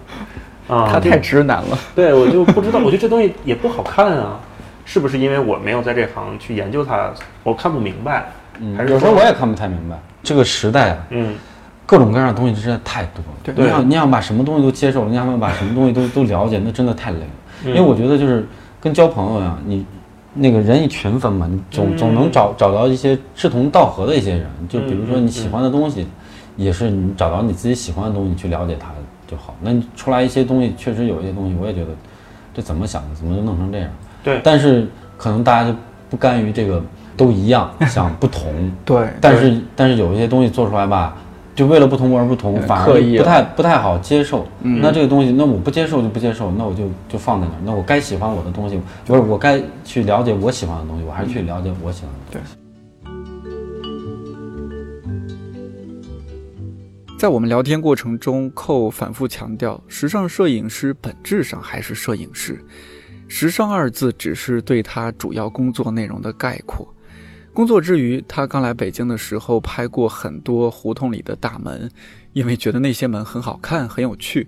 嗯
啊，
他太直男了。
对我就不知道，我觉得这东西也不好看啊，是不是因为我没有在这行去研究它，我看不明白，还
嗯
是
有时候
说
我也看不太明白这个时代啊，
嗯
各种各样的东西实在太多了。
对
啊
你想你想把什么东西都接受了，你想把什么东西都都了解，那真的太累了。
嗯
因为我觉得就是跟交朋友呀，你那个人以群分嘛，你总总能找找到一些志同道合的一些人。就比如说你喜欢的东西，也是你找到你自己喜欢的东西去了解它就好。那你出来一些东西，确实有一些东西，我也觉得这怎么想的，怎么就弄成这样？
对
但是可能大家就不甘于这个都一样，想不同。
对，
但是但是有一些东西做出来吧，就为了不同而不同，
嗯
反
刻
而
意嗯
不太不太好接受。那这个东西，那我不接受就不接受，那我就就放在那儿。那我该喜欢我的东西，不是我该去了解我喜欢的东西，我还是去了解我喜欢的东西。
在我们聊天过程中，寇反复强调，时尚摄影师本质上还是摄影师，“时尚”二字只是对他主要工作内容的概括。工作之余，他刚来北京的时候拍过很多胡同里的大门，因为觉得那些门很好看、很有趣。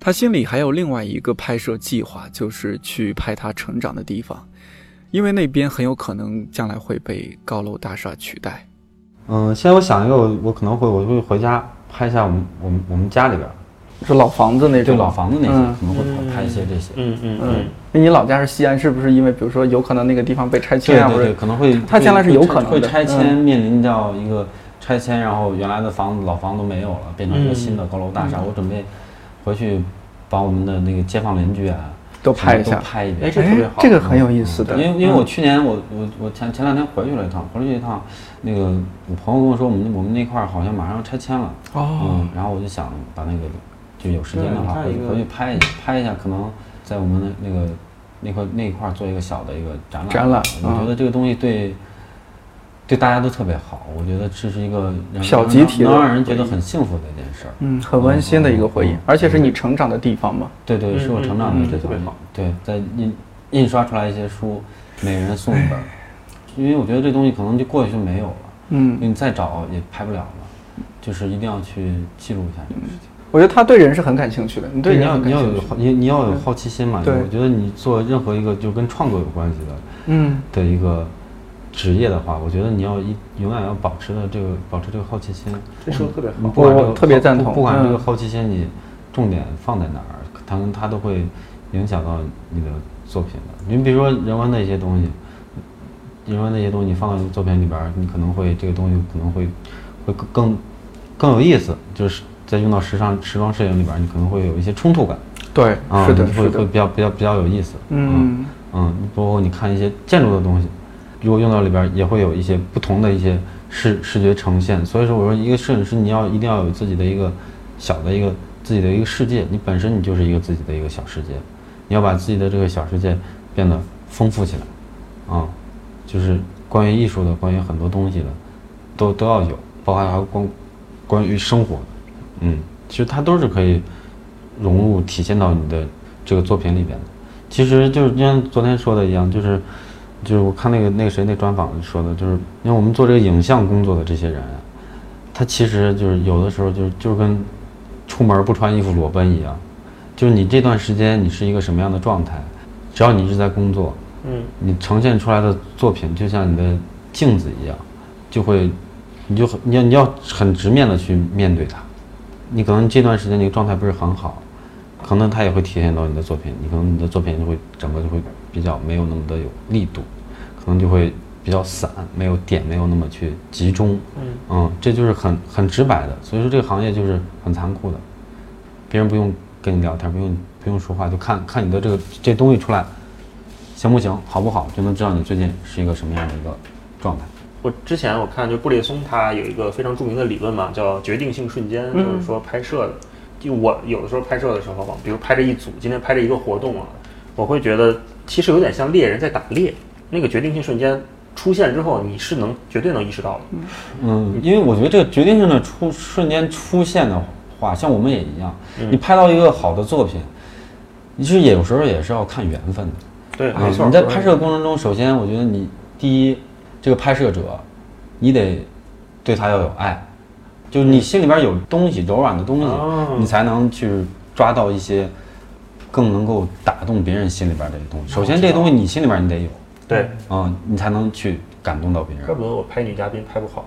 他心里还有另外一个拍摄计划，就是去拍他成长的地方，因为那边很有可能将来会被高楼大厦取代。
嗯，现在我想一个，我我可能会我会回家拍一下我们我们我们家里边儿，
是老房子那
对
种
老房子那些
嗯
可能会拍拍一些这些，
嗯嗯
嗯
嗯，，
那你老家是西安，是不是因为比如说有可能那个地方被拆
对
迁啊，
对
或
对，
者
可能会
它将来是有可能的嗯
会拆迁，面临到一个拆迁，然后原来的房子老房子都没有了，变成一个新
嗯
的高楼大厦。我准备回去把我们的那个街坊邻居啊
都拍一
什么
下
都？拍一遍嗯
哎，。这特别好，
这个很有意思的，嗯
因为因为我去年我我我前前两天回去了一趟，回去一趟，那个我朋友跟我说我们我们那块儿好像马上要拆迁了，
哦，
嗯，然后我就想把那个就有时间的话
对
回
你看一
去
个
回去拍一拍一下，可能在我们的那个那块那一块儿做一个小的一个展览，
展览
我
嗯
觉得这个东西对。对大家都特别好，我觉得这是一个让
小集体的
能让人觉得很幸福的一件事儿。
嗯，很温馨的一个回忆
嗯，
而且是你成长的地方嘛。
对对，是我
嗯
成长的
嗯
这
嗯特别
方面
好
对，再印印刷出来一些书，每人送一本儿，因为我觉得这东西可能就过去就没有了，
嗯，
你再找也拍不了了，就是一定要去记录一下这个事情。
我觉得他对人是很感兴趣的，你对
你
人
要
很
你
感
要
兴
有
趣。嗯
好你你要有好奇心嘛。
对
我觉得你做任何一个就跟创作有关系的
嗯，
的一个职业的话，我觉得你要一永远要保持的这个保持这个好奇心。
这说的特别好
嗯
你。不管
我
这个
特别
好
赞
不
同
不管这个
嗯
好奇心你重点放在哪儿，它能它都会影响到你的作品的。你比如说人文的一些东西，人文的一些东西你放到作品里边儿，你可能会这个东西可能会会更更更有意思，就是在用到时尚时装摄影里边儿，你可能会有一些冲突感。
对，
啊，
是的，
会
是
会
的，
比较比较比较有意思。
嗯
嗯，包括你看一些建筑的东西，如果用到里边儿也会有一些不同的一些视视觉呈现。所以说，我说一个摄影师你要一定要有自己的一个小的一个自己的一个世界，你本身你就是一个自己的一个小世界，你要把自己的这个小世界变得丰富起来。啊、就是关于艺术的，关于很多东西的，都都要有，包含还有关关于生活的，嗯，其实它都是可以融入体现到你的这个作品里边的。其实就是就像昨天说的一样，就是就是我看那个那个谁那专访说的，就是因为我们做这个影像工作的这些人啊，他其实就是有的时候就是就是跟出门不穿衣服裸奔一样，就是你这段时间你是一个什么样的状态，只要你一直在工作，
嗯
你呈现出来的作品就像你的镜子一样，就会
你就很你要你要很直面的去面对它。你可能这段时间你的状态不是很好，可能它也会体现到你的作品，你可能你的作品就会整个就会比较没有那么的有力度，可能就会比较散，没有点，没有那么去集中。
嗯
这就是很很直白的，所以说这个行业就是很残酷的，别人不用跟你聊天，不用不用说话，就看看你的这个这东西出来行不行，好不好，就能知道你最近是一个什么样的一个状态。
我之前我看就布列松他有一个非常著名的理论嘛，叫决定性瞬间，
嗯
就是说拍摄的，就我有的时候拍摄的时候啊吧，比如拍这一组，今天拍这一个活动啊，我会觉得其实有点像猎人在打猎，那个决定性瞬间出现之后，你是能绝对能意识到的。
嗯，因为我觉得这个决定性的出瞬间出现的话，像我们也一样，
嗯
你拍到一个好的作品，你是也有时候也是要看缘分的。
对，哦
啊
没错。
你在拍摄过程中，首先我觉得你第一，这个拍摄者，你得对他要有爱，就是你心里边有东西，柔软的东西，
哦
你才能去抓到一些更能够打动别人心里边的东西。首先，这东西你心里边你得有，
对，
嗯，你才能去感动到别人
怪。不得我拍女嘉宾拍不好，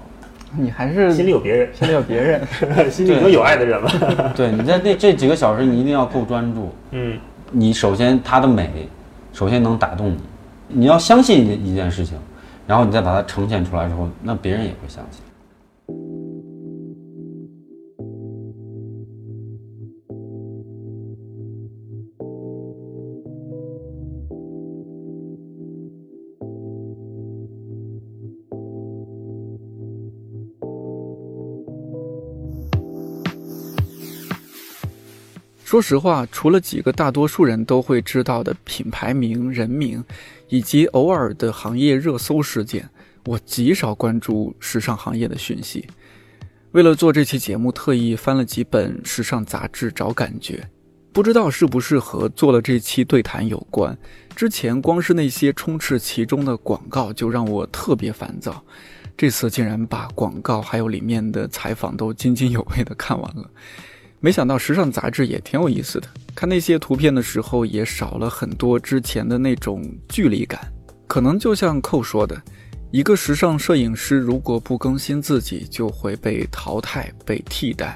你还是
心里有别人，
心里有别人，
嗯 心里有有爱的人了。
对你在那这几个小时，你一定要够专注。
嗯，
你首先它的美，首先能打动你，你要相信一一件事情，然后你再把它呈现出来之后，那别人也会相信。
说实话，除了几个大多数人都会知道的品牌名、人名，以及偶尔的行业热搜事件，我极少关注时尚行业的讯息。为了做这期节目，特意翻了几本时尚杂志找感觉，不知道是不是和做了这期对谈有关。之前光是那些充斥其中的广告就让我特别烦躁，这次竟然把广告还有里面的采访都津津有味的看完了。没想到时尚杂志也挺有意思的，看那些图片的时候也少了很多之前的那种距离感。可能就像寇说的，一个时尚摄影师如果不更新自己，就会被淘汰、被替代。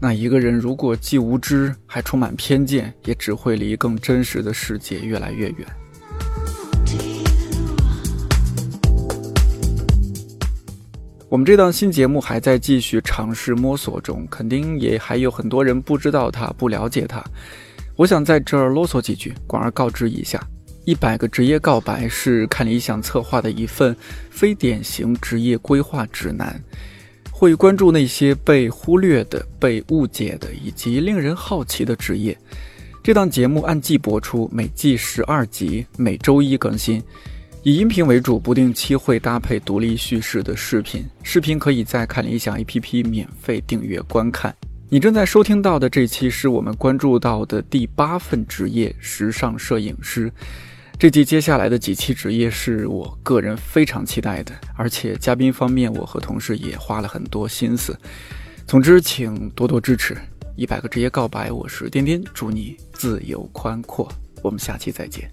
那一个人如果既无知还充满偏见，也只会离更真实的世界越来越远。我们这档新节目还在继续尝试摸索中，肯定也还有很多人不知道它、不了解它。我想在这儿啰嗦几句，广而告之一下：一百个职业告白是看理想策划的一份非典型职业规划指南，会关注那些被忽略的、被误解的以及令人好奇的职业。这档节目按季播出，每季十二集，每周一更新。以音频为主，不定期会搭配独立叙事的视频。视频可以在看理想 APP 免费订阅观看。你正在收听到的这期是我们关注到的第八份职业——时尚摄影师。这季接下来的几期职业是我个人非常期待的，而且嘉宾方面，我和同事也花了很多心思。总之，请多多支持。一百个职业告白，我是颠颠，祝你自由宽阔。我们下期再见。